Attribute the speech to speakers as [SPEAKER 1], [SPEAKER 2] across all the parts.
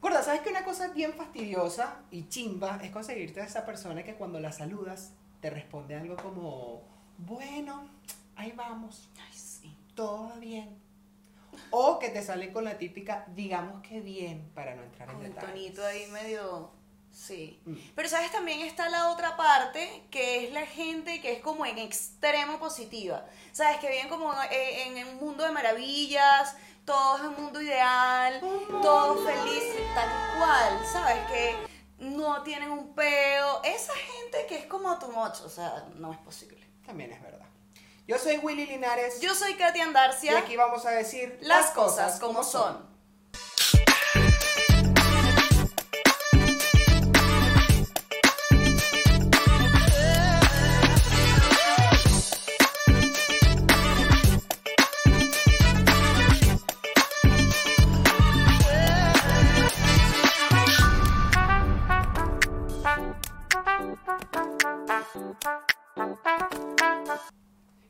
[SPEAKER 1] Gorda, ¿sabes que una cosa bien fastidiosa y chimba es conseguirte a esa persona que cuando la saludas te responde algo como, bueno, ahí vamos,
[SPEAKER 2] Ay, sí.
[SPEAKER 1] todo va bien. O que te sale con la típica, digamos que bien, para no entrar en
[SPEAKER 2] Con un
[SPEAKER 1] detalles.
[SPEAKER 2] tonito ahí medio. Sí.
[SPEAKER 1] Mm.
[SPEAKER 2] Pero sabes, también está la otra parte, que es la gente que es como en extremo positiva. Sabes, que viven como eh, en un mundo de maravillas, todo es un mundo ideal, todo feliz, tal cual. Sabes, que no tienen un peo. Esa gente que es como tu much, o sea, no es posible.
[SPEAKER 1] También es verdad. Yo soy Willy Linares
[SPEAKER 2] Yo soy Katia
[SPEAKER 1] y
[SPEAKER 2] Andarcia.
[SPEAKER 1] aquí vamos a decir
[SPEAKER 2] las cosas como son.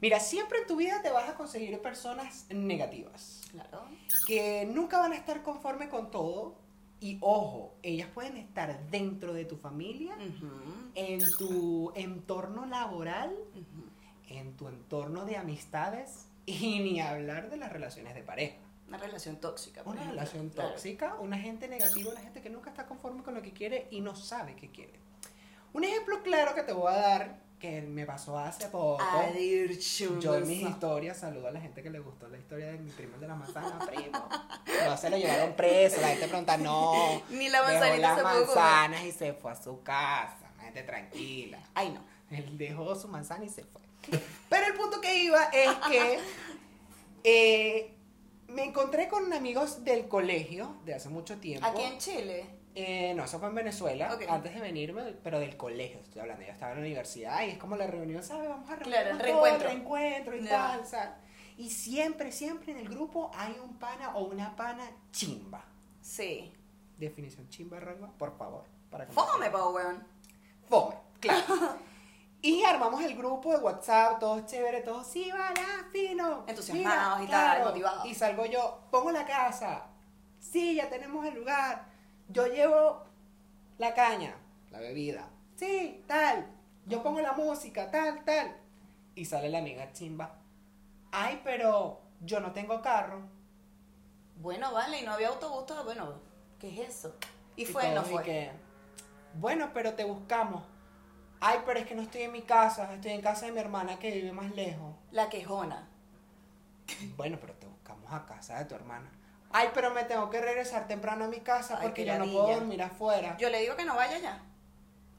[SPEAKER 1] Mira, siempre en tu vida te vas a conseguir personas negativas.
[SPEAKER 2] Claro.
[SPEAKER 1] que nunca van a estar conforme con todo. Y ojo, ellas pueden estar dentro de tu familia,
[SPEAKER 2] Ujú,
[SPEAKER 1] en tu entorno laboral,
[SPEAKER 2] ujú.
[SPEAKER 1] en tu entorno de amistades y ni hablar de las relaciones de pareja.
[SPEAKER 2] Una relación tóxica. por
[SPEAKER 1] Una
[SPEAKER 2] ejemplo.
[SPEAKER 1] relación
[SPEAKER 2] Claro.
[SPEAKER 1] tóxica, una gente negativa, una gente que nunca está conforme con lo que quiere y no sabe qué quiere. Un ejemplo claro que te voy a dar, que me pasó hace poco.
[SPEAKER 2] Adirchum.
[SPEAKER 1] Yo en mis historias saludo a la gente que le gustó la historia de mi primo el de la manzana, primo. No se lo llevaron preso, la gente pregunta, no.
[SPEAKER 2] Ni la
[SPEAKER 1] dejó
[SPEAKER 2] manzanita
[SPEAKER 1] las
[SPEAKER 2] se pudo comer.
[SPEAKER 1] manzanas y se fue a su casa, la gente tranquila.
[SPEAKER 2] Ay, no.
[SPEAKER 1] Él dejó su manzana y se fue. Pero el punto que iba es que eh, me encontré con amigos del colegio de hace mucho tiempo.
[SPEAKER 2] Aquí en Chile.
[SPEAKER 1] Eh, no, eso fue en Venezuela,
[SPEAKER 2] Ok.
[SPEAKER 1] antes de venirme, pero del colegio estoy hablando. Yo estaba en la universidad y es como la reunión, ¿sabes? Vamos a
[SPEAKER 2] Claro,
[SPEAKER 1] reunirnos
[SPEAKER 2] el
[SPEAKER 1] todos,
[SPEAKER 2] reencuentro.
[SPEAKER 1] reencuentro y
[SPEAKER 2] Ya.
[SPEAKER 1] tal, ¿sabes? Y siempre, siempre en el grupo hay un pana o una pana chimba.
[SPEAKER 2] Sí.
[SPEAKER 1] Definición chimba, Rolva, por favor. Para que me-
[SPEAKER 2] Fómame, pa' weón.
[SPEAKER 1] Fome, claro. y armamos el grupo de WhatsApp, todos chéveres, todos, sí, vale, ah, fino.
[SPEAKER 2] Entusiasmados
[SPEAKER 1] mira,
[SPEAKER 2] y tal, motivados.
[SPEAKER 1] Y salgo yo, pongo la casa, sí, ya tenemos el lugar, yo llevo la caña, la bebida, sí, tal, yo pongo la música, tal, tal. Y sale la amiga chimba, ay, pero yo no tengo carro.
[SPEAKER 2] Bueno, vale, y no había autobús todavía. Bueno, ¿qué es eso? Y, fue,
[SPEAKER 1] todo,
[SPEAKER 2] no fue.
[SPEAKER 1] que, bueno, pero te buscamos. Ay, pero es que no estoy en mi casa, estoy en casa de mi hermana que vive más lejos.
[SPEAKER 2] La quejona.
[SPEAKER 1] Bueno, pero te buscamos a casa de tu hermana. Ay, pero me tengo que regresar temprano a mi casa
[SPEAKER 2] Ay,
[SPEAKER 1] porque
[SPEAKER 2] qué
[SPEAKER 1] yo no
[SPEAKER 2] ladilla.
[SPEAKER 1] puedo dormir afuera.
[SPEAKER 2] Yo le digo que no vaya ya.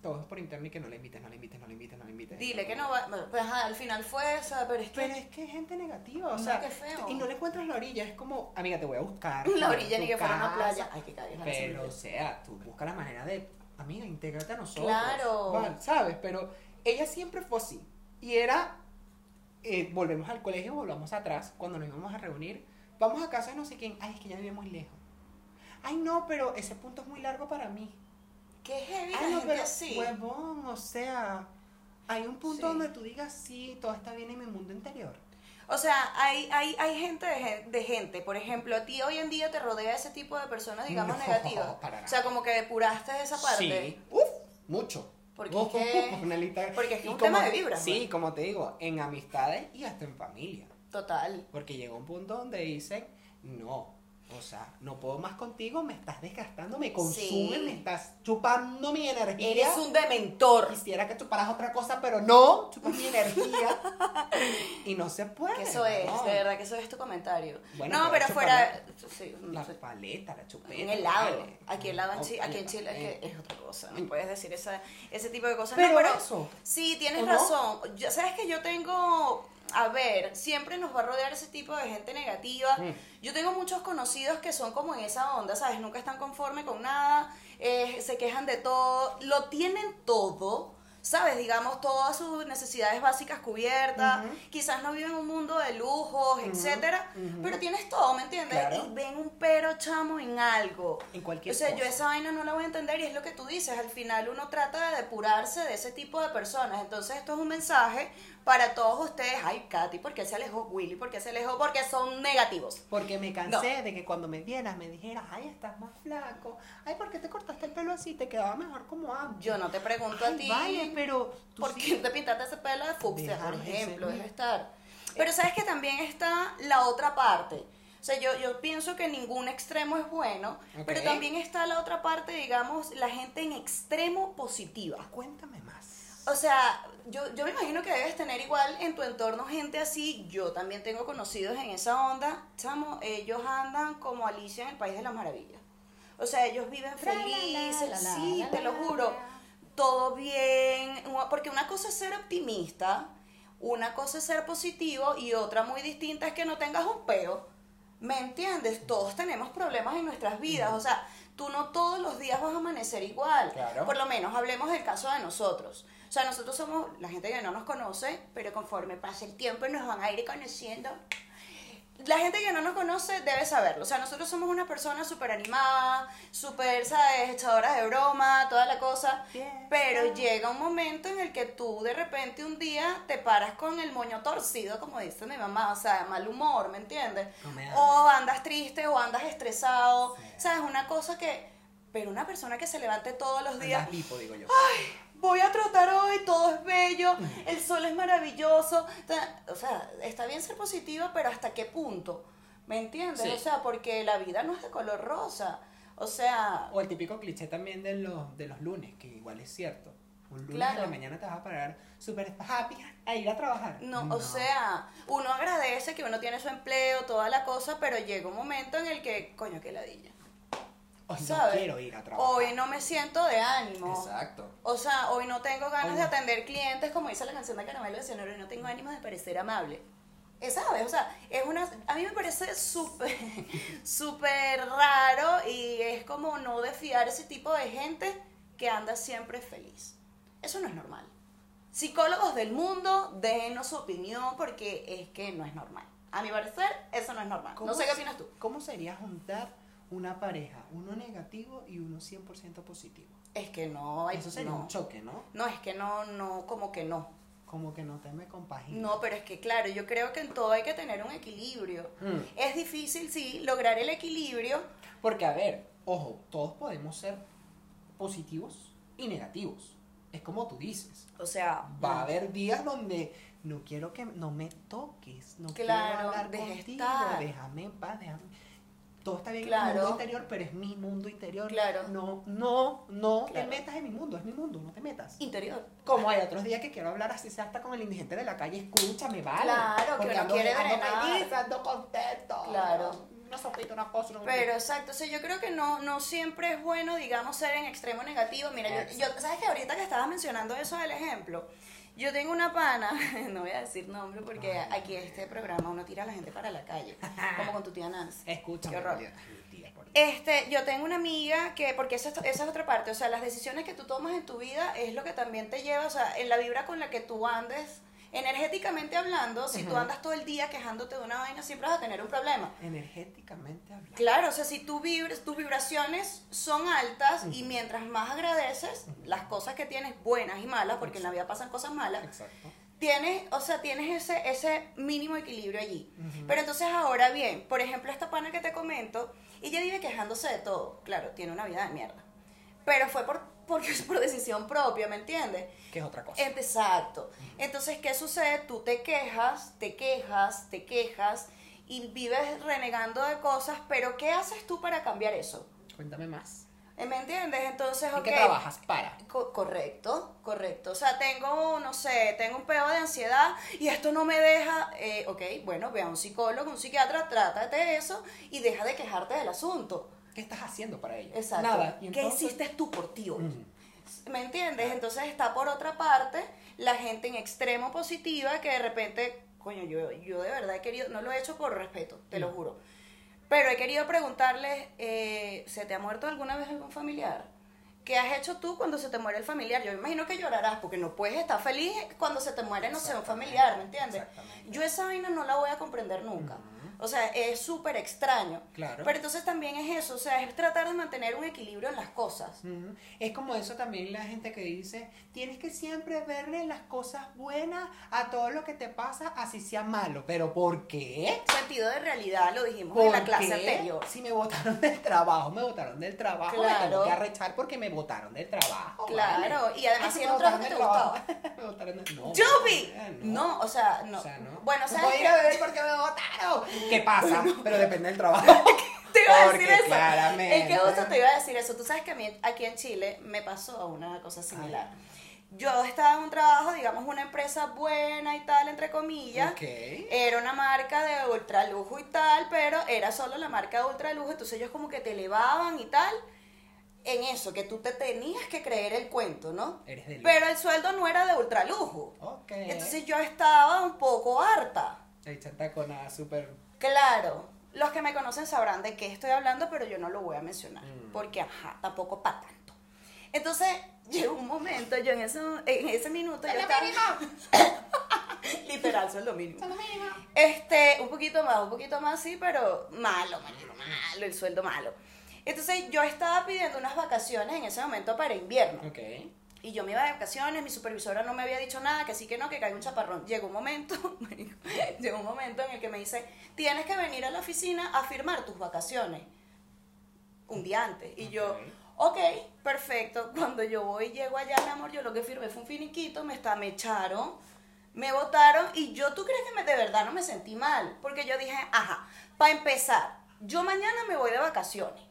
[SPEAKER 1] Todo es por internet y que no le invites, no le invites, no le invites, no le invites.
[SPEAKER 2] Dile que no vaya. Pues ajá, al final fue esa, pero es
[SPEAKER 1] Pero
[SPEAKER 2] que.
[SPEAKER 1] es que es gente negativa, o
[SPEAKER 2] No,
[SPEAKER 1] sea,
[SPEAKER 2] qué feo.
[SPEAKER 1] y no le encuentras la orilla, es como, amiga, te voy a buscar.
[SPEAKER 2] la
[SPEAKER 1] en
[SPEAKER 2] orilla ni
[SPEAKER 1] tu
[SPEAKER 2] que fuera una
[SPEAKER 1] casa,
[SPEAKER 2] playa. Ay, qué cagues. ahora se me
[SPEAKER 1] Pero, o
[SPEAKER 2] olvidó.
[SPEAKER 1] sea, tú busca la manera de, amiga, intégrate a nosotros.
[SPEAKER 2] Claro.
[SPEAKER 1] Vale, ¿Sabes? Pero ella siempre fue así. Y era, eh, volvemos al colegio, volvamos atrás, cuando nos íbamos a reunir, vamos a casa de no sé quién, ay, es que ya vivía muy lejos. Ay, no, pero ese punto es muy largo para mí.
[SPEAKER 2] Qué heavy la
[SPEAKER 1] Ay, no,
[SPEAKER 2] gente
[SPEAKER 1] pero,
[SPEAKER 2] así.
[SPEAKER 1] huevón, o sea, hay un punto
[SPEAKER 2] Sí.
[SPEAKER 1] donde tú digas, sí, todo está bien en mi mundo interior.
[SPEAKER 2] O sea, hay, hay, hay gente de, gen- de gente. Por ejemplo, a ti hoy en día te rodea ese tipo de personas, digamos,
[SPEAKER 1] No,
[SPEAKER 2] negativas.
[SPEAKER 1] para nada.
[SPEAKER 2] O sea, como que depuraste de esa parte.
[SPEAKER 1] Sí. Uf, mucho.
[SPEAKER 2] Porque es que-
[SPEAKER 1] Una lista-
[SPEAKER 2] porque es que
[SPEAKER 1] y
[SPEAKER 2] es un
[SPEAKER 1] como-
[SPEAKER 2] tema de vibras, pues.
[SPEAKER 1] Sí,
[SPEAKER 2] güey.
[SPEAKER 1] como te digo, en amistades y hasta en familia.
[SPEAKER 2] Total.
[SPEAKER 1] Porque llega un punto donde dicen, no, o sea, no puedo más contigo, me estás desgastando, me consumes,
[SPEAKER 2] Sí.
[SPEAKER 1] me estás chupando mi energía.
[SPEAKER 2] Eres un dementor.
[SPEAKER 1] Quisiera que chuparas otra cosa, pero no, chupas mi energía. y no se puede.
[SPEAKER 2] Que eso es,
[SPEAKER 1] ¿no?
[SPEAKER 2] de verdad que eso es tu comentario.
[SPEAKER 1] Bueno,
[SPEAKER 2] no,
[SPEAKER 1] pero
[SPEAKER 2] pero
[SPEAKER 1] eso
[SPEAKER 2] fuera. Sí,
[SPEAKER 1] La
[SPEAKER 2] no sé,
[SPEAKER 1] paleta, la chupeta.
[SPEAKER 2] un helado.
[SPEAKER 1] vale.
[SPEAKER 2] Aquí, helado en
[SPEAKER 1] No,
[SPEAKER 2] Chi- aquí en
[SPEAKER 1] paleta,
[SPEAKER 2] Chile es,
[SPEAKER 1] eh.
[SPEAKER 2] que es otra cosa. No puedes decir esa, ese tipo de cosas.
[SPEAKER 1] Pero,
[SPEAKER 2] no, pero
[SPEAKER 1] eso.
[SPEAKER 2] Sí, tienes
[SPEAKER 1] ¿O no?
[SPEAKER 2] razón. Yo- Sabes que yo tengo, a ver, siempre nos va a rodear ese tipo de gente negativa.
[SPEAKER 1] Mm.
[SPEAKER 2] Yo tengo muchos conocidos que son como en esa onda, ¿sabes? Nunca están conformes con nada, eh, se quejan de todo, lo tienen todo. ¿sabes? Digamos, todas sus necesidades básicas cubiertas,
[SPEAKER 1] Ujú.
[SPEAKER 2] quizás no viven un mundo de lujos,
[SPEAKER 1] Ujú,
[SPEAKER 2] etcétera,
[SPEAKER 1] ujú.
[SPEAKER 2] pero tienes todo, ¿me entiendes?
[SPEAKER 1] Claro.
[SPEAKER 2] Y ven un pero chamo en algo.
[SPEAKER 1] En cualquier
[SPEAKER 2] O sea, yo
[SPEAKER 1] cosa.
[SPEAKER 2] esa vaina no la voy a entender y es lo que tú dices, al final uno trata de depurarse de ese tipo de personas. Entonces, esto es un mensaje para todos ustedes. Ay, Katy, ¿por qué se alejó Willy? ¿Por qué se alejó? Porque son negativos.
[SPEAKER 1] Porque me cansé de que cuando me vieras me dijeras, ay, estás más flaco. Ay, ¿por qué te cortaste el pelo así? Te quedaba mejor como antes.
[SPEAKER 2] Yo no te pregunto a
[SPEAKER 1] Ay,
[SPEAKER 2] ti.
[SPEAKER 1] Vale, pero tú
[SPEAKER 2] ¿Por
[SPEAKER 1] sí-
[SPEAKER 2] qué te pintaste ese pelo de fucsia, por
[SPEAKER 1] Déjame ser
[SPEAKER 2] ejemplo? Es
[SPEAKER 1] mía.
[SPEAKER 2] estar. Pero sabes que también está la otra parte. O sea, yo, yo pienso que ningún extremo es bueno, pero
[SPEAKER 1] Ok.
[SPEAKER 2] también está la otra parte, digamos, la gente en extremo positiva.
[SPEAKER 1] Cuéntame más.
[SPEAKER 2] O sea, yo, yo me imagino que debes tener igual en tu entorno gente así. Yo también tengo conocidos en esa onda. Chamo, ellos andan como Alicia en el País de las Maravillas. O sea, ellos viven
[SPEAKER 1] La, la, la,
[SPEAKER 2] felices,
[SPEAKER 1] la, la,
[SPEAKER 2] sí,
[SPEAKER 1] la,
[SPEAKER 2] te lo
[SPEAKER 1] la,
[SPEAKER 2] juro.
[SPEAKER 1] la.
[SPEAKER 2] Todo bien. Una- Porque una cosa es ser optimista, una cosa es ser positivo y otra muy distinta es que no tengas un peo. ¿Me entiendes? Todos tenemos problemas en nuestras vidas. O sea, tú no todos los días vas a amanecer igual.
[SPEAKER 1] Claro.
[SPEAKER 2] Por lo menos hablemos del caso de nosotros. O sea, nosotros somos la gente que no nos conoce, pero conforme pasa el tiempo nos van a ir conociendo. La gente que no nos conoce debe saberlo. O sea, nosotros somos una persona súper animada, súper, ¿sabes? Echadoras de broma, toda la cosa.
[SPEAKER 1] Bien.
[SPEAKER 2] Pero llega un momento en el que tú de repente un día te paras con el moño torcido, como dice mi mamá, o sea, de mal humor, ¿me entiendes?
[SPEAKER 1] No me hables.
[SPEAKER 2] o andas triste o andas estresado.
[SPEAKER 1] Sí.
[SPEAKER 2] ¿Sabes? Una cosa que... Pero una persona que se levante todos los días
[SPEAKER 1] Andas lipo, digo yo.
[SPEAKER 2] voy a trotar hoy, todo es bello,
[SPEAKER 1] Mm.
[SPEAKER 2] el sol es maravilloso. ta- O sea, está bien ser positiva, pero ¿hasta qué punto? ¿Me entiendes?
[SPEAKER 1] Sí.
[SPEAKER 2] O sea, porque la vida no es de color rosa. O sea,
[SPEAKER 1] O el típico cliché también de los, de los lunes, que igual es cierto. Un lunes
[SPEAKER 2] Claro.
[SPEAKER 1] en la mañana te vas a parar súper happy a ir a trabajar.
[SPEAKER 2] no, o sea, uno agradece que uno tiene su empleo, toda la cosa, pero llega un momento en el que, coño, que ladilla.
[SPEAKER 1] Hoy no
[SPEAKER 2] ¿sabes?
[SPEAKER 1] quiero ir a trabajar.
[SPEAKER 2] Hoy no me siento de ánimo.
[SPEAKER 1] Exacto.
[SPEAKER 2] O sea, hoy no tengo ganas
[SPEAKER 1] Hoy
[SPEAKER 2] de
[SPEAKER 1] no.
[SPEAKER 2] atender clientes, como dice la canción de Caramelo de Cianuro, hoy no tengo ánimo de parecer amable. Eh, ¿Sabes? O sea, es una, a mí me parece súper, súper raro y es como no de fiar ese tipo de gente que anda siempre feliz. Eso no es normal. Psicólogos del mundo, déjenos su opinión porque es que no es normal. A mi parecer, eso no es normal. No
[SPEAKER 1] ¿Cómo
[SPEAKER 2] sé qué
[SPEAKER 1] se-
[SPEAKER 2] opinas tú.
[SPEAKER 1] ¿Cómo sería juntar una pareja, uno negativo y uno 100% positivo?
[SPEAKER 2] Es que no,
[SPEAKER 1] Eso sería
[SPEAKER 2] no.
[SPEAKER 1] un choque, Este ¿no?
[SPEAKER 2] No, es que no, no, como que no.
[SPEAKER 1] Como que no te me compaginas.
[SPEAKER 2] No, pero es que claro, yo creo que en todo hay que tener un equilibrio.
[SPEAKER 1] Mm.
[SPEAKER 2] Es difícil, sí, lograr el equilibrio.
[SPEAKER 1] Porque, a ver, ojo, todos podemos ser positivos y negativos. Es como tú dices.
[SPEAKER 2] O sea,
[SPEAKER 1] Va a haber días donde no quiero que no me toques, no
[SPEAKER 2] Claro,
[SPEAKER 1] quiero hablar
[SPEAKER 2] deja
[SPEAKER 1] contigo,
[SPEAKER 2] estar.
[SPEAKER 1] déjame en paz, déjame. Todo está bien en
[SPEAKER 2] Claro.
[SPEAKER 1] mi mundo interior, pero es mi mundo interior.
[SPEAKER 2] Claro.
[SPEAKER 1] No, no, no
[SPEAKER 2] Claro.
[SPEAKER 1] te metas en mi mundo, es mi mundo, no te metas.
[SPEAKER 2] interior.
[SPEAKER 1] Como hay otros días que quiero hablar así, sea hasta con el indigente de la calle, escúchame, vale.
[SPEAKER 2] Claro, que
[SPEAKER 1] Porque
[SPEAKER 2] uno
[SPEAKER 1] ando-
[SPEAKER 2] quiere
[SPEAKER 1] ando
[SPEAKER 2] drenar.
[SPEAKER 1] feliz, ando contento.
[SPEAKER 2] Claro.
[SPEAKER 1] Una sopita, una cosa, una
[SPEAKER 2] Pero exacto, o sea, yo creo que no, no siempre es bueno, digamos, ser en extremo negativo. Mira, yo, yo- ¿sabes que ahorita que estabas mencionando eso del ejemplo? Yo tengo una pana, no voy a decir nombre porque
[SPEAKER 1] Ay.
[SPEAKER 2] aquí este programa uno tira a la gente para la calle, como con tu tía Nancy.
[SPEAKER 1] Escúchame,
[SPEAKER 2] Qué horror.
[SPEAKER 1] Julieta. Ay, tía, por Dios.
[SPEAKER 2] Este, yo tengo una amiga que, porque esa, es- esa es otra parte, o sea, las decisiones que tú tomas en tu vida es lo que también te lleva, o sea, en la vibra con la que tú andes, energéticamente hablando, si tú
[SPEAKER 1] Ujú.
[SPEAKER 2] andas todo el día quejándote de una vaina, siempre vas a tener un problema.
[SPEAKER 1] Energéticamente hablando.
[SPEAKER 2] Claro, o sea, si tú vibras, tus vibraciones son altas y
[SPEAKER 1] Ujú.
[SPEAKER 2] mientras más agradeces
[SPEAKER 1] Ujú.
[SPEAKER 2] las cosas que tienes, buenas y malas, porque en la vida pasan cosas malas,
[SPEAKER 1] Exacto.
[SPEAKER 2] tienes, o sea, tienes ese, ese mínimo equilibrio allí.
[SPEAKER 1] Ujú.
[SPEAKER 2] Pero entonces ahora bien, por ejemplo, esta pana que te comento, ella vive quejándose de todo. Claro, tiene una vida de mierda. Pero fue por, porque es por decisión propia, ¿me entiendes?
[SPEAKER 1] Que es otra cosa.
[SPEAKER 2] Em, Exacto. Entonces, ¿qué sucede? Tú te quejas, te quejas, te quejas y vives renegando de cosas, pero ¿qué haces tú para cambiar eso?
[SPEAKER 1] Cuéntame más.
[SPEAKER 2] Eh, ¿Me entiendes? Entonces,
[SPEAKER 1] ¿En
[SPEAKER 2] ok.
[SPEAKER 1] qué trabajas? Para.
[SPEAKER 2] Co- correcto, correcto. O sea, tengo, no sé, tengo un pedo de ansiedad y esto no me deja, eh, ok, bueno, ve a un psicólogo, un psiquiatra, trátate de eso y deja de quejarte del asunto.
[SPEAKER 1] ¿Qué estás haciendo para ello?
[SPEAKER 2] Exacto.
[SPEAKER 1] Nada. ¿Y
[SPEAKER 2] ¿Qué
[SPEAKER 1] entonces?
[SPEAKER 2] hiciste tú por ti hoy?
[SPEAKER 1] Mm.
[SPEAKER 2] ¿Me entiendes? Entonces está por otra parte la gente en extremo positiva que de repente, coño, yo, yo de verdad he querido, no lo he hecho por respeto, te lo
[SPEAKER 1] Mm.
[SPEAKER 2] juro, pero he querido preguntarles, eh, ¿se te ha muerto alguna vez algún familiar? ¿Qué has hecho tú cuando se te muere el familiar? Yo me imagino que llorarás porque no puedes estar feliz cuando se te muere, no sé, un familiar, ¿me entiendes?
[SPEAKER 1] Exactamente.
[SPEAKER 2] Yo esa vaina no la voy a comprender nunca. O sea, es súper extraño.
[SPEAKER 1] Claro.
[SPEAKER 2] Pero entonces también es eso, o sea, es tratar de mantener un equilibrio en las cosas.
[SPEAKER 1] Ujú. Es como eso también la gente que dice, tienes que siempre verle las cosas buenas a todo lo que te pasa, así sea malo. ¿Pero por qué?
[SPEAKER 2] Sentido de realidad, lo dijimos en
[SPEAKER 1] ¿Por
[SPEAKER 2] la clase
[SPEAKER 1] qué?
[SPEAKER 2] anterior.
[SPEAKER 1] Si me botaron del trabajo, me botaron del trabajo, me tengo
[SPEAKER 2] Claro.
[SPEAKER 1] que arrechar porque me botaron del trabajo.
[SPEAKER 2] Claro,
[SPEAKER 1] Oh, ¿vale?
[SPEAKER 2] y además
[SPEAKER 1] Ah,
[SPEAKER 2] si
[SPEAKER 1] me
[SPEAKER 2] era un
[SPEAKER 1] botaron
[SPEAKER 2] trabajo que te
[SPEAKER 1] del
[SPEAKER 2] gustaba.
[SPEAKER 1] trabajo. me botaron del... No.
[SPEAKER 2] ¡Yupi!
[SPEAKER 1] eh,
[SPEAKER 2] No, o sea, no.
[SPEAKER 1] O sea, no.
[SPEAKER 2] Bueno,
[SPEAKER 1] No
[SPEAKER 2] ¿sabes
[SPEAKER 1] puedo
[SPEAKER 2] qué?
[SPEAKER 1] ir a beber porque me botaron. ¿Qué pasa? Pero depende del trabajo.
[SPEAKER 2] Te iba a
[SPEAKER 1] Porque
[SPEAKER 2] decir eso.
[SPEAKER 1] claramente.
[SPEAKER 2] Es que justo te iba a decir eso. Tú sabes que a mí aquí en Chile me pasó una cosa similar. Yo estaba en un trabajo, digamos, una empresa buena y tal, entre comillas.
[SPEAKER 1] Ok.
[SPEAKER 2] Era una marca de ultralujo y tal, pero era solo la marca de ultralujo. Entonces ellos como que te elevaban y tal en eso, que tú te tenías que creer el cuento, ¿no?
[SPEAKER 1] Eres de lujo.
[SPEAKER 2] Pero el sueldo no era de ultralujo.
[SPEAKER 1] Ok.
[SPEAKER 2] Entonces yo estaba un poco harta.
[SPEAKER 1] Ahí chanta con nada súper...
[SPEAKER 2] Claro, los que me conocen sabrán de qué estoy hablando, pero yo no lo voy a mencionar,
[SPEAKER 1] Mm.
[SPEAKER 2] porque ajá, tampoco para tanto. Entonces, llegó un momento, yo en, eso, en ese minuto, yo estaba... Literal, eso es lo mínimo. Este, un poquito más, un poquito más, sí, pero malo, malo, malo, el sueldo malo. Entonces, yo estaba pidiendo unas vacaciones en ese momento para invierno.
[SPEAKER 1] Ok.
[SPEAKER 2] Y yo me iba de vacaciones, mi supervisora no me había dicho nada, que sí que no, que cae un chaparrón. Llegó un momento, marico, llegó un momento en el que me dice, tienes que venir a la oficina a firmar tus vacaciones. Un día antes. Y yo, ok, perfecto. Cuando yo voy, llego allá, mi amor, yo lo que firmé fue un finiquito, me, está, me echaron, me votaron y yo, ¿tú crees que me, de verdad no me sentí mal? Porque yo dije, ajá, para empezar, yo mañana me voy de vacaciones.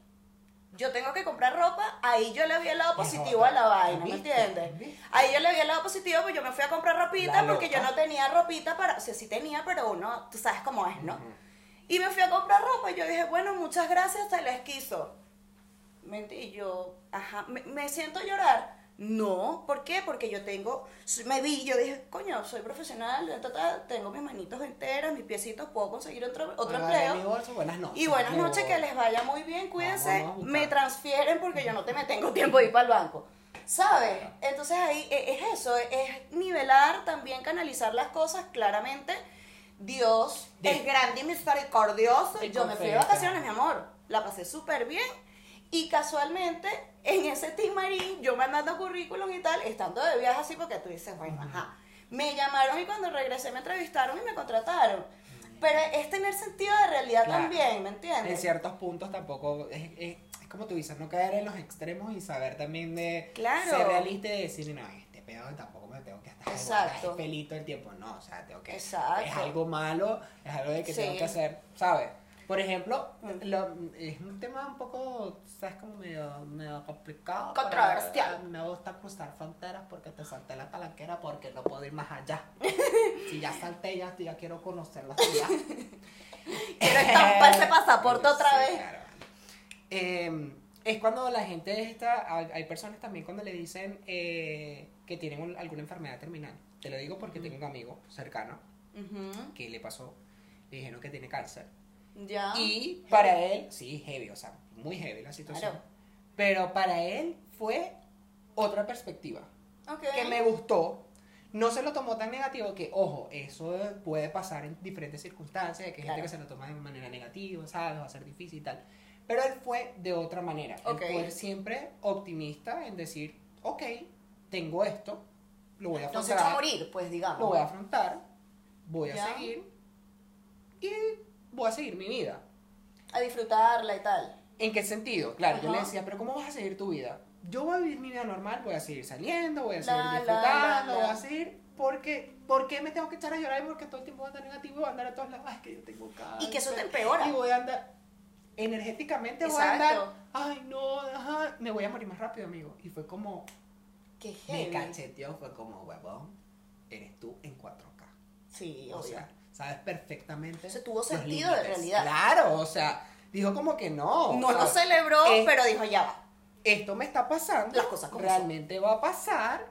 [SPEAKER 2] Yo tengo que comprar ropa, ahí yo le vi el lado positivo a la vaina, ¿me
[SPEAKER 1] ¿Viste?
[SPEAKER 2] entiendes?
[SPEAKER 1] ¿Viste?
[SPEAKER 2] Ahí yo le vi el lado positivo, pues yo me fui a comprar ropita
[SPEAKER 1] La
[SPEAKER 2] porque yo
[SPEAKER 1] loca.
[SPEAKER 2] no tenía ropita para, o sea, sí tenía, pero uno, tú sabes cómo es, ¿no? Y me fui a comprar ropa y yo dije, bueno, muchas gracias, te les quiso. Mente, Y yo, ajá, ¿me, me siento llorar? No, ¿por qué? Porque yo tengo, me vi, yo dije, coño, soy profesional, ta, ta, ta, tengo mis manitos enteras, mis piecitos, puedo conseguir otro, otro
[SPEAKER 1] Agarré mi
[SPEAKER 2] empleo.
[SPEAKER 1] bolso, buenas noches.
[SPEAKER 2] Y buenas
[SPEAKER 1] me
[SPEAKER 2] noches,
[SPEAKER 1] voy.
[SPEAKER 2] que les vaya muy bien, cuídense,
[SPEAKER 1] Vamos a buscar.
[SPEAKER 2] me transfieren porque yo no te me tengo tiempo de ir para el banco. ¿Sabes? Entonces ahí e- es eso, es nivelar, también canalizar las cosas claramente. Dios
[SPEAKER 1] De-
[SPEAKER 2] es grande y misericordioso.
[SPEAKER 1] De
[SPEAKER 2] Yo me fui de
[SPEAKER 1] confianza.
[SPEAKER 2] vacaciones, mi amor, la pasé súper bien. Y casualmente, en ese Team Marín, yo mandando currículum y tal, estando de viaje así, porque tú dices, bueno, ajá. Me llamaron y cuando regresé me entrevistaron y me contrataron. Pero es tener sentido de realidad
[SPEAKER 1] Claro.
[SPEAKER 2] también, ¿me entiendes?
[SPEAKER 1] En ciertos puntos tampoco. Es, es- es como tú dices, no caer en los extremos y saber también de
[SPEAKER 2] Claro.
[SPEAKER 1] ser realista y decir, no, este pedo tampoco me tengo que estar
[SPEAKER 2] Exacto.
[SPEAKER 1] es pelito el tiempo. No, o sea, tengo que.
[SPEAKER 2] Exacto.
[SPEAKER 1] Es algo malo, es algo de que
[SPEAKER 2] Sí.
[SPEAKER 1] tengo que hacer, ¿sabes? Por ejemplo,
[SPEAKER 2] Mm.
[SPEAKER 1] lo- es un tema un poco, ¿sabes? Como medio, medio complicado.
[SPEAKER 2] Controversial.
[SPEAKER 1] pero Me gusta cruzar fronteras porque te salté la palanquera porque no puedo ir más allá. si ya salté, ya, ya quiero conocer la ciudad.
[SPEAKER 2] Quiero estampar ese pasaporte
[SPEAKER 1] Sí,
[SPEAKER 2] otra vez.
[SPEAKER 1] claro. Eh, es cuando la gente está, hay, hay personas también cuando le dicen eh, que tienen un- alguna enfermedad terminal. Te lo digo porque tengo un amigo cercano
[SPEAKER 2] Ujú,
[SPEAKER 1] que le pasó, le dijeron que tiene cáncer.
[SPEAKER 2] Ya.
[SPEAKER 1] Y para él, sí, heavy, o sea, muy heavy la situación.
[SPEAKER 2] Claro.
[SPEAKER 1] Pero para él fue otra perspectiva
[SPEAKER 2] Ok.
[SPEAKER 1] que me gustó. No se lo tomó tan negativo que, ojo, eso puede pasar en diferentes circunstancias, de que hay
[SPEAKER 2] Claro.
[SPEAKER 1] gente que se lo toma de manera negativa, ¿sabes? Va a ser difícil y tal. Pero él fue de otra manera.
[SPEAKER 2] Ok.
[SPEAKER 1] Él fue siempre optimista en decir, ok, tengo esto, lo voy a
[SPEAKER 2] Nos echó a
[SPEAKER 1] afrontar,
[SPEAKER 2] morir, pues digamos.
[SPEAKER 1] lo voy a afrontar, voy
[SPEAKER 2] Ya.
[SPEAKER 1] a seguir y voy a seguir mi vida.
[SPEAKER 2] a disfrutarla y tal.
[SPEAKER 1] ¿En qué sentido? Claro, yo le
[SPEAKER 2] Ajá.
[SPEAKER 1] decía, pero ¿cómo vas a seguir tu vida? Yo voy a vivir mi vida normal, voy a seguir saliendo, voy a
[SPEAKER 2] La,
[SPEAKER 1] seguir
[SPEAKER 2] la,
[SPEAKER 1] disfrutando,
[SPEAKER 2] la, la.
[SPEAKER 1] voy a seguir... Porque, ¿Por qué me tengo que echar a llorar? Porque todo el tiempo voy a andar negativo, voy a andar a todas las... Ay, que yo tengo cáncer.
[SPEAKER 2] Y que eso te empeora.
[SPEAKER 1] Y voy a andar... Energéticamente voy a
[SPEAKER 2] Exacto.
[SPEAKER 1] andar... Ay, no, ajá, me voy a morir más rápido, amigo. Y fue como...
[SPEAKER 2] Qué
[SPEAKER 1] Me
[SPEAKER 2] heavy.
[SPEAKER 1] cacheteó, fue como, huevón, eres tú en 4K.
[SPEAKER 2] Sí,
[SPEAKER 1] O
[SPEAKER 2] obvio.
[SPEAKER 1] sea, sabes perfectamente.
[SPEAKER 2] O sea, tuvo
[SPEAKER 1] los
[SPEAKER 2] sentido de
[SPEAKER 1] límites.
[SPEAKER 2] realidad.
[SPEAKER 1] Claro, o sea, dijo como que no.
[SPEAKER 2] no lo
[SPEAKER 1] ¿sabes?
[SPEAKER 2] celebró,
[SPEAKER 1] Es-
[SPEAKER 2] pero dijo ya va.
[SPEAKER 1] Esto me está pasando.
[SPEAKER 2] Las cosas como
[SPEAKER 1] realmente va a pasar.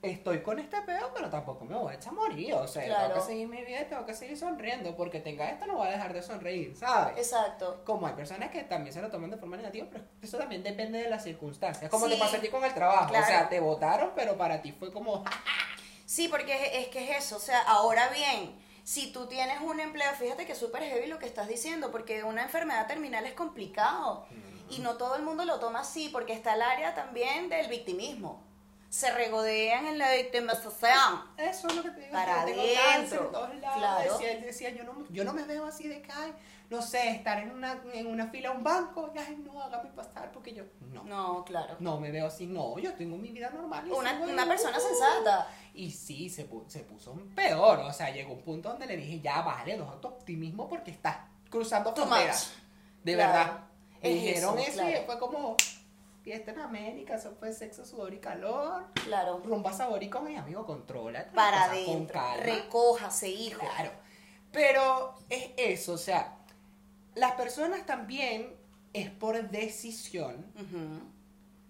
[SPEAKER 1] estoy con este pedo, pero tampoco me voy a echar a morir. O sea,
[SPEAKER 2] Claro.
[SPEAKER 1] tengo que seguir mi vida y tengo que seguir sonriendo, porque tenga esto no voy a dejar de sonreír, ¿sabes?
[SPEAKER 2] Exacto.
[SPEAKER 1] Como hay personas que también se lo toman de forma negativa, pero eso también depende de las circunstancias. Como
[SPEAKER 2] Sí.
[SPEAKER 1] te pasó a ti con el trabajo.
[SPEAKER 2] Claro.
[SPEAKER 1] O sea, te votaron, pero para ti fue como... "Ah, "Ja".
[SPEAKER 2] Sí, porque es, es que es eso. O sea, ahora bien, si tú tienes un empleo, fíjate que es súper heavy lo que estás diciendo, porque una enfermedad terminal es complicado. Y no todo el mundo lo toma así, porque está el área también del victimismo. Se regodean en la victimización.
[SPEAKER 1] Eso es lo que te digo.
[SPEAKER 2] Para
[SPEAKER 1] yo tengo
[SPEAKER 2] adentro.
[SPEAKER 1] cáncer en todos lados.
[SPEAKER 2] Claro.
[SPEAKER 1] Decía, él decía, yo no, yo no me veo así de que, ay, no sé, estar en una, en una fila a un banco. y, Ay, no, hágame pasar, porque yo... No. no.
[SPEAKER 2] No, claro.
[SPEAKER 1] me veo así, no, yo tengo mi vida normal. y
[SPEAKER 2] Una,
[SPEAKER 1] sigo ahí,
[SPEAKER 2] una persona
[SPEAKER 1] uh, uh.
[SPEAKER 2] sensata.
[SPEAKER 1] Y sí, se, pu- se puso peor. O sea, llegó un punto donde le dije, ya bájale dos tu optimismo porque estás cruzando
[SPEAKER 2] Too
[SPEAKER 1] fronteras. De
[SPEAKER 2] Claro.
[SPEAKER 1] verdad. Me
[SPEAKER 2] Es
[SPEAKER 1] dijeron
[SPEAKER 2] eso,
[SPEAKER 1] eso,
[SPEAKER 2] claro.
[SPEAKER 1] y fue como fiesta en América, eso fue sexo, sudor y calor.
[SPEAKER 2] Claro.
[SPEAKER 1] Rumba sabor y con el amigo controla.
[SPEAKER 2] Para
[SPEAKER 1] Con
[SPEAKER 2] adentro.
[SPEAKER 1] calma.
[SPEAKER 2] Recójase, hijo.
[SPEAKER 1] Claro. Pero es eso, o sea, las personas también es por decisión.
[SPEAKER 2] Ujú.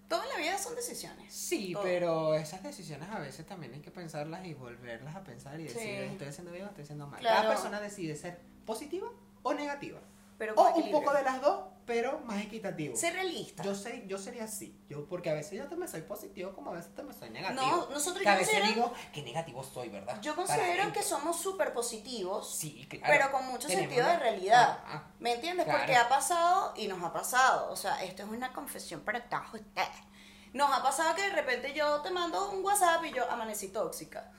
[SPEAKER 2] Todo en la vida son decisiones.
[SPEAKER 1] Sí,
[SPEAKER 2] Todo.
[SPEAKER 1] pero esas decisiones a veces también hay que pensarlas y volverlas a pensar y
[SPEAKER 2] Sí.
[SPEAKER 1] decir, estoy haciendo bien o estoy haciendo mal.
[SPEAKER 2] Claro.
[SPEAKER 1] Cada persona decide ser positiva o negativa.
[SPEAKER 2] Pero con
[SPEAKER 1] O un
[SPEAKER 2] equilibrio.
[SPEAKER 1] poco de las dos, pero más equitativo.
[SPEAKER 2] Ser realista.
[SPEAKER 1] Yo, sé, yo sería así, yo, porque a veces yo también soy positivo como a veces también soy negativo.
[SPEAKER 2] no, nosotros
[SPEAKER 1] que
[SPEAKER 2] yo
[SPEAKER 1] a veces
[SPEAKER 2] considero,
[SPEAKER 1] digo, qué negativo soy, ¿verdad?
[SPEAKER 2] yo
[SPEAKER 1] Para
[SPEAKER 2] considero
[SPEAKER 1] adentro.
[SPEAKER 2] que somos súper positivos,
[SPEAKER 1] Sí, claro.
[SPEAKER 2] pero con mucho
[SPEAKER 1] Tenemos
[SPEAKER 2] sentido
[SPEAKER 1] la-
[SPEAKER 2] de realidad.
[SPEAKER 1] Ah,
[SPEAKER 2] ¿Me entiendes?
[SPEAKER 1] Claro.
[SPEAKER 2] Porque ha pasado y nos ha pasado. O sea, esto es una confesión para todos ustedes. Nos ha pasado que de repente yo te mando un WhatsApp y yo amanecí tóxica.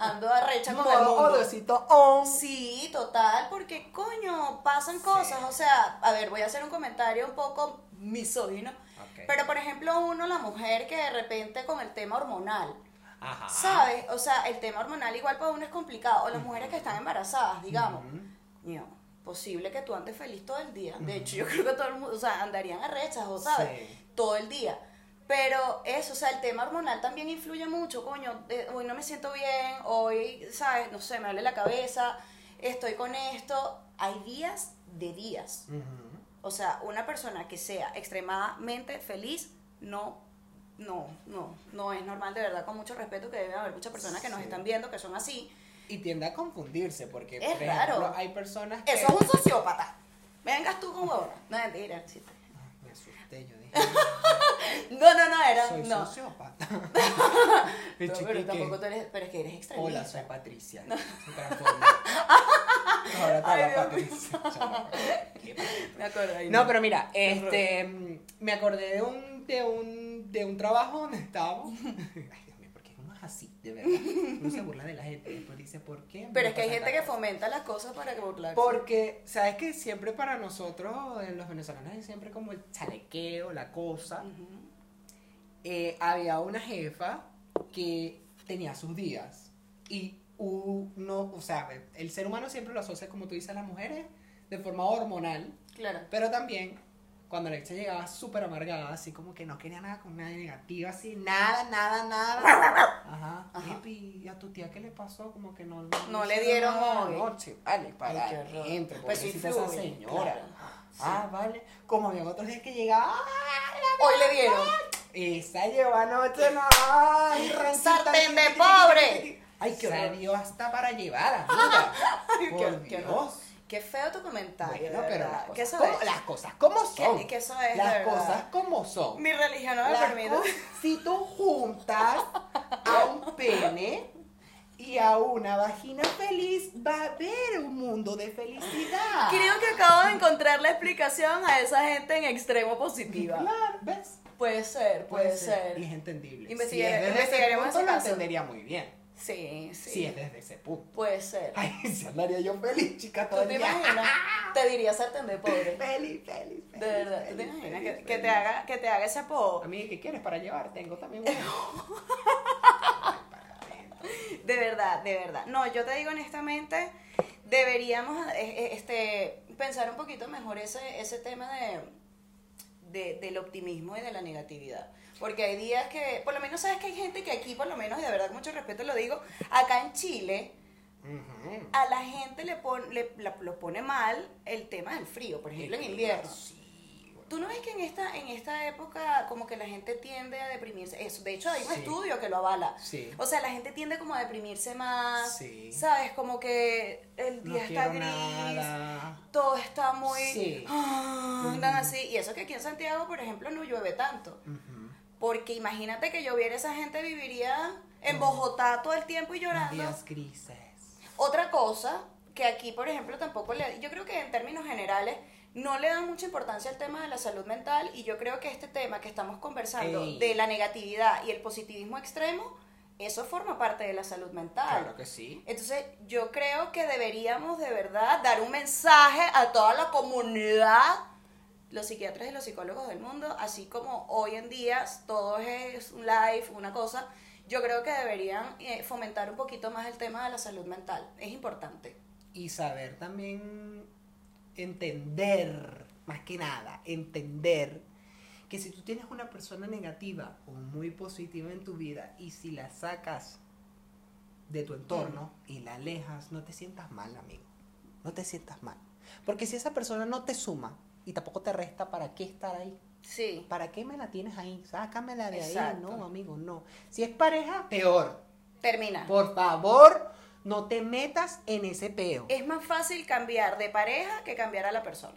[SPEAKER 2] Ando arrecha con el
[SPEAKER 1] Modo
[SPEAKER 2] mundo.
[SPEAKER 1] odorcito on.
[SPEAKER 2] Sí, total, porque coño, pasan
[SPEAKER 1] Sí.
[SPEAKER 2] cosas. O sea, a ver, voy a hacer un comentario un poco misógino.
[SPEAKER 1] Ok.
[SPEAKER 2] Pero por ejemplo, uno, la mujer que de repente con el tema hormonal,
[SPEAKER 1] Ajá.
[SPEAKER 2] ¿sabes? O sea, el tema hormonal igual para uno es complicado. O las mujeres que están embarazadas, digamos.
[SPEAKER 1] Ujú.
[SPEAKER 2] Coño, posible que tú andes feliz todo el día. De hecho, yo creo que todo el mundo, o sea, andarían arrechas, o sabes,
[SPEAKER 1] Sí.
[SPEAKER 2] todo el día. Pero eso, o sea, el tema hormonal también influye mucho, coño, eh, hoy no me siento bien, hoy, sabes, no sé, me duele la cabeza, estoy con esto. Hay días de días.
[SPEAKER 1] Ujú.
[SPEAKER 2] O sea, una persona que sea extremadamente feliz, no, no, no, no es normal, de verdad, con mucho respeto, que debe haber muchas personas que nos
[SPEAKER 1] Sí.
[SPEAKER 2] están viendo que son así.
[SPEAKER 1] Y tiende a confundirse porque,
[SPEAKER 2] Es
[SPEAKER 1] por ejemplo,
[SPEAKER 2] raro.
[SPEAKER 1] hay personas que...
[SPEAKER 2] Eso es un sociópata. Vengas tú con huevona. No, mentira. sí.
[SPEAKER 1] Ay, Ah, Me asusté, yo dije,
[SPEAKER 2] No, no, no, era,
[SPEAKER 1] soy
[SPEAKER 2] no.
[SPEAKER 1] sociópata. Me
[SPEAKER 2] Pero, pero
[SPEAKER 1] chiquiqué.
[SPEAKER 2] tampoco tú eres, pero es que eres extremista.
[SPEAKER 1] Hola, soy Patricia. Se transformó. Ahora está
[SPEAKER 2] Ay,
[SPEAKER 1] la
[SPEAKER 2] Dios
[SPEAKER 1] Patricia. Qué padre.
[SPEAKER 2] Me acuerdo. ahí
[SPEAKER 1] No, pero mira, este, mm, me acordé de un, de un, de un trabajo donde estábamos. Ay, Dios mío, ¿por qué uno es así? De verdad. Uno se burla de la gente y después dice, ¿por qué? me
[SPEAKER 2] Pero es que hay
[SPEAKER 1] pasan
[SPEAKER 2] gente que
[SPEAKER 1] tantas
[SPEAKER 2] fomenta las cosas para que burlarse.
[SPEAKER 1] Porque, ¿sabes que Siempre para nosotros, eh, los venezolanos, es siempre como el chalequeo, la cosa.
[SPEAKER 2] Ujú.
[SPEAKER 1] Eh, había una jefa que tenía sus días. Y uno, o sea, el ser humano siempre lo asocia, como tú dices, a las mujeres de forma hormonal.
[SPEAKER 2] Claro.
[SPEAKER 1] Pero también, cuando la ex llegaba súper amargada, así como que no quería nada con nadie negativo, así, nada, nada, nada. Ajá.
[SPEAKER 2] Ajá.
[SPEAKER 1] Epi, ¿y a tu tía qué le pasó? Como que no,
[SPEAKER 2] No le
[SPEAKER 1] hicieron
[SPEAKER 2] dieron
[SPEAKER 1] nada
[SPEAKER 2] hoy.
[SPEAKER 1] anoche. Vale, para
[SPEAKER 2] qué horror.
[SPEAKER 1] adentro,
[SPEAKER 2] Pues sí
[SPEAKER 1] pobrecita esa
[SPEAKER 2] influye,
[SPEAKER 1] señora.
[SPEAKER 2] claro.
[SPEAKER 1] Ah, vale. Como había otros días que llegaba, ¡ah!
[SPEAKER 2] Hoy le vieron.
[SPEAKER 1] esa llevó anoche, no, ay, rancita,
[SPEAKER 2] Sartén de
[SPEAKER 1] ti, ti, ti, ti,
[SPEAKER 2] pobre.
[SPEAKER 1] ti, ti. Ay, Ah, que
[SPEAKER 2] Sal-
[SPEAKER 1] salió hasta para llevar, amiga.
[SPEAKER 2] Ay,
[SPEAKER 1] Por
[SPEAKER 2] qué- qué horror.
[SPEAKER 1] Dios.
[SPEAKER 2] Qué feo tu comentario.
[SPEAKER 1] Bueno,
[SPEAKER 2] de
[SPEAKER 1] pero
[SPEAKER 2] verdad.
[SPEAKER 1] las
[SPEAKER 2] ¿Qué
[SPEAKER 1] cosas,
[SPEAKER 2] eso
[SPEAKER 1] como,
[SPEAKER 2] es?
[SPEAKER 1] las cosas como son.
[SPEAKER 2] Que- que eso es, de
[SPEAKER 1] Las
[SPEAKER 2] verdad.
[SPEAKER 1] cosas como son.
[SPEAKER 2] Mi religión no me
[SPEAKER 1] Las
[SPEAKER 2] permite.
[SPEAKER 1] cosas- si tú juntas a un pene y a una vagina feliz, va a haber un mundo de felicidad.
[SPEAKER 2] Creo que acabo de encontrar la explicación a esa gente en extremo positiva.
[SPEAKER 1] Claro, ¿ves?
[SPEAKER 2] Puede ser, puede, ser.
[SPEAKER 1] Y es entendible.
[SPEAKER 2] Investigar-
[SPEAKER 1] si es desde ese
[SPEAKER 2] investigaremos
[SPEAKER 1] punto,
[SPEAKER 2] ese
[SPEAKER 1] lo
[SPEAKER 2] caso.
[SPEAKER 1] entendería muy bien.
[SPEAKER 2] Sí, sí.
[SPEAKER 1] Si es desde ese punto.
[SPEAKER 2] Puede ser.
[SPEAKER 1] Ay, se andaría yo feliz, chica,
[SPEAKER 2] ¿Tú
[SPEAKER 1] todo el
[SPEAKER 2] te
[SPEAKER 1] día.
[SPEAKER 2] imaginas? Te diría sartén de pobre.
[SPEAKER 1] Feliz, feliz, feliz.
[SPEAKER 2] De verdad, ¿tú te
[SPEAKER 1] feliz,
[SPEAKER 2] imaginas
[SPEAKER 1] feliz,
[SPEAKER 2] que, que te
[SPEAKER 1] feliz.
[SPEAKER 2] haga, que te haga ese apodo?
[SPEAKER 1] A mí, ¿qué quieres para llevar? Tengo también una.
[SPEAKER 2] De verdad, de verdad. No, yo te digo honestamente, deberíamos eh, eh, este, pensar un poquito mejor ese, ese tema de, de- del optimismo y de la negatividad. Porque hay días que, por lo menos sabes que hay gente que aquí, por lo menos, y de verdad con mucho respeto lo digo, acá en Chile,
[SPEAKER 1] Ujú.
[SPEAKER 2] a la gente le, pon- le- la- lo pone mal el tema del frío, por ejemplo, en invierno.
[SPEAKER 1] Sí, güey.
[SPEAKER 2] Tú no ves que en esta, en esta época como que la gente tiende a deprimirse. Eso, de hecho, hay un
[SPEAKER 1] Sí.
[SPEAKER 2] estudio que lo avala.
[SPEAKER 1] Sí.
[SPEAKER 2] O sea, la gente tiende como a deprimirse más.
[SPEAKER 1] Sí.
[SPEAKER 2] ¿Sabes? Como que el
[SPEAKER 1] No
[SPEAKER 2] día está
[SPEAKER 1] quiero
[SPEAKER 2] gris.
[SPEAKER 1] nada.
[SPEAKER 2] Todo está muy.
[SPEAKER 1] Sí.
[SPEAKER 2] Ah, andan así. Y eso que aquí en Santiago, por ejemplo, no llueve tanto.
[SPEAKER 1] Ujú.
[SPEAKER 2] Porque imagínate que lloviera, esa gente viviría en
[SPEAKER 1] No.
[SPEAKER 2] Bogotá todo el tiempo y
[SPEAKER 1] Los
[SPEAKER 2] llorando.
[SPEAKER 1] Días grises.
[SPEAKER 2] Otra cosa que aquí, por ejemplo, tampoco le. Yo creo que en términos generales no le dan mucha importancia al tema de la salud mental y yo creo que este tema que estamos conversando
[SPEAKER 1] Ey.
[SPEAKER 2] de la negatividad y el positivismo extremo, eso forma parte de la salud mental.
[SPEAKER 1] Claro que sí.
[SPEAKER 2] Entonces, yo creo que deberíamos de verdad dar un mensaje a toda la comunidad, los psiquiatras y los psicólogos del mundo, así como hoy en día todo es un live, una cosa. Yo creo que deberían eh, fomentar un poquito más el tema de la salud mental. Es importante.
[SPEAKER 1] Y saber también entender, más que nada, entender que si tú tienes una persona negativa o muy positiva en tu vida y si la sacas de tu entorno
[SPEAKER 2] Mm.
[SPEAKER 1] y la alejas, no te sientas mal, amigo. No te sientas mal. Porque si esa persona no te suma y tampoco te resta, ¿para qué estar ahí?
[SPEAKER 2] Sí.
[SPEAKER 1] ¿Para qué me la tienes ahí? Sácamela de ahí.
[SPEAKER 2] Exacto.
[SPEAKER 1] No, amigo, no. Si es pareja, peor.
[SPEAKER 2] Termina.
[SPEAKER 1] Por favor, no te metas en ese peo.
[SPEAKER 2] Es más fácil cambiar de pareja que cambiar a la persona.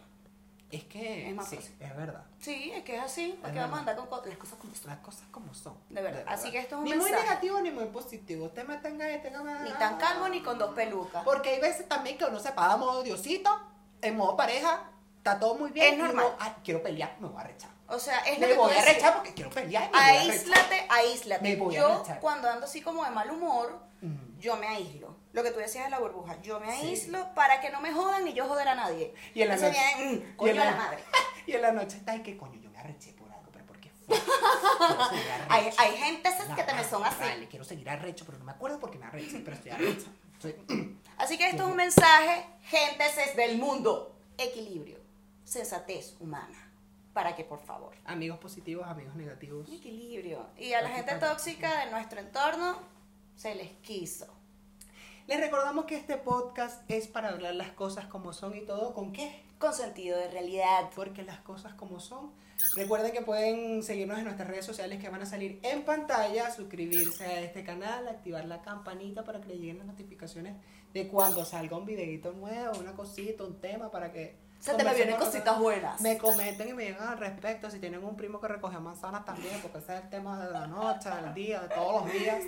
[SPEAKER 1] Es que
[SPEAKER 2] Es más
[SPEAKER 1] sí,
[SPEAKER 2] fácil.
[SPEAKER 1] es verdad.
[SPEAKER 2] Sí, es que es así. Porque
[SPEAKER 1] Es
[SPEAKER 2] vamos a
[SPEAKER 1] verdad.
[SPEAKER 2] andar con co- las cosas como son.
[SPEAKER 1] Las cosas como son.
[SPEAKER 2] De verdad. Así que esto es un
[SPEAKER 1] Ni muy
[SPEAKER 2] mensaje.
[SPEAKER 1] negativo ni muy positivo. Usted me tenga este
[SPEAKER 2] Ni tan calvo ni con dos pelucas.
[SPEAKER 1] Porque hay veces también que uno se paga a modo diosito, en modo pareja, está todo muy bien.
[SPEAKER 2] Es
[SPEAKER 1] y uno,
[SPEAKER 2] normal.
[SPEAKER 1] "Ay, quiero pelear, me voy a rechar.
[SPEAKER 2] O sea, es lo
[SPEAKER 1] Me
[SPEAKER 2] que tú
[SPEAKER 1] voy a
[SPEAKER 2] decías.
[SPEAKER 1] rechar porque quiero pelear. y Me voy a rechar.
[SPEAKER 2] Aíslate, aíslate.
[SPEAKER 1] Me voy a
[SPEAKER 2] yo,
[SPEAKER 1] rechar.
[SPEAKER 2] cuando ando así como de mal humor,
[SPEAKER 1] Mm.
[SPEAKER 2] yo me aíslo. Lo que tú decías de la burbuja. Yo me
[SPEAKER 1] Sí.
[SPEAKER 2] aíslo para que no me jodan y yo joder a nadie.
[SPEAKER 1] Y en la
[SPEAKER 2] Entonces
[SPEAKER 1] noche-
[SPEAKER 2] vienen, mm,
[SPEAKER 1] y
[SPEAKER 2] coño
[SPEAKER 1] en
[SPEAKER 2] la...
[SPEAKER 1] la-
[SPEAKER 2] madre.
[SPEAKER 1] Y en la noche está, ay, que coño, yo me arreché por algo, pero ¿por qué fue?
[SPEAKER 2] Hay, hay gente esas que también son así.
[SPEAKER 1] ah, Vale, quiero seguir arrecho, pero no me acuerdo por qué me arreché, pero estoy arrecho. Soy-
[SPEAKER 2] Así que esto es un mensaje, gentes es del mundo. Equilibrio, sensatez humana. Para que, por favor.
[SPEAKER 1] amigos positivos, amigos negativos.
[SPEAKER 2] un Equilibrio. Y a la
[SPEAKER 1] Aquí
[SPEAKER 2] gente
[SPEAKER 1] para-
[SPEAKER 2] tóxica de nuestro entorno se les quiso.
[SPEAKER 1] Les recordamos que este podcast es para hablar las cosas como son y todo con qué.
[SPEAKER 2] Con sentido de realidad.
[SPEAKER 1] Porque las cosas como son. Recuerden que pueden seguirnos en nuestras redes sociales que van a salir en pantalla, suscribirse a este canal, activar la campanita para que le lleguen las notificaciones de cuando salga un videito nuevo, una cosita, un tema para que...
[SPEAKER 2] Se te me vienen
[SPEAKER 1] conversemos
[SPEAKER 2] cositas buenas.
[SPEAKER 1] Me comenten y me digan al respecto si tienen un primo que recoge manzanas también, porque ese es el tema de la noche, del día, de todos los días.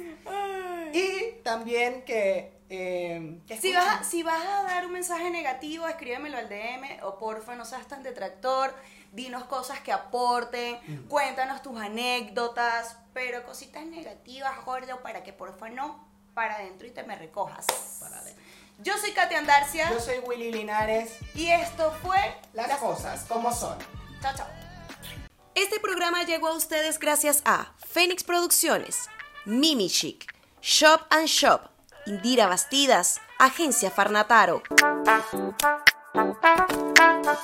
[SPEAKER 1] Y también que... eh, que
[SPEAKER 2] Si
[SPEAKER 1] escuchen.
[SPEAKER 2] vas, a, si vas a dar un mensaje negativo, escríbemelo al DM o porfa, no seas tan detractor, dinos cosas que aporten,
[SPEAKER 1] Mm.
[SPEAKER 2] cuéntanos tus anécdotas, pero cositas negativas, gordo, para que porfa no para adentro y te me recojas.
[SPEAKER 1] Para adentro.
[SPEAKER 2] Yo soy Katia Andarcia
[SPEAKER 1] Yo soy Willy Linares.
[SPEAKER 2] y esto fue
[SPEAKER 1] Las, cosas como son.
[SPEAKER 2] Chao, chao. Este programa llegó a ustedes gracias a Fénix Producciones, Mimi Chic, Shop and Shop, Indira Bastidas, Agencia Farnataro.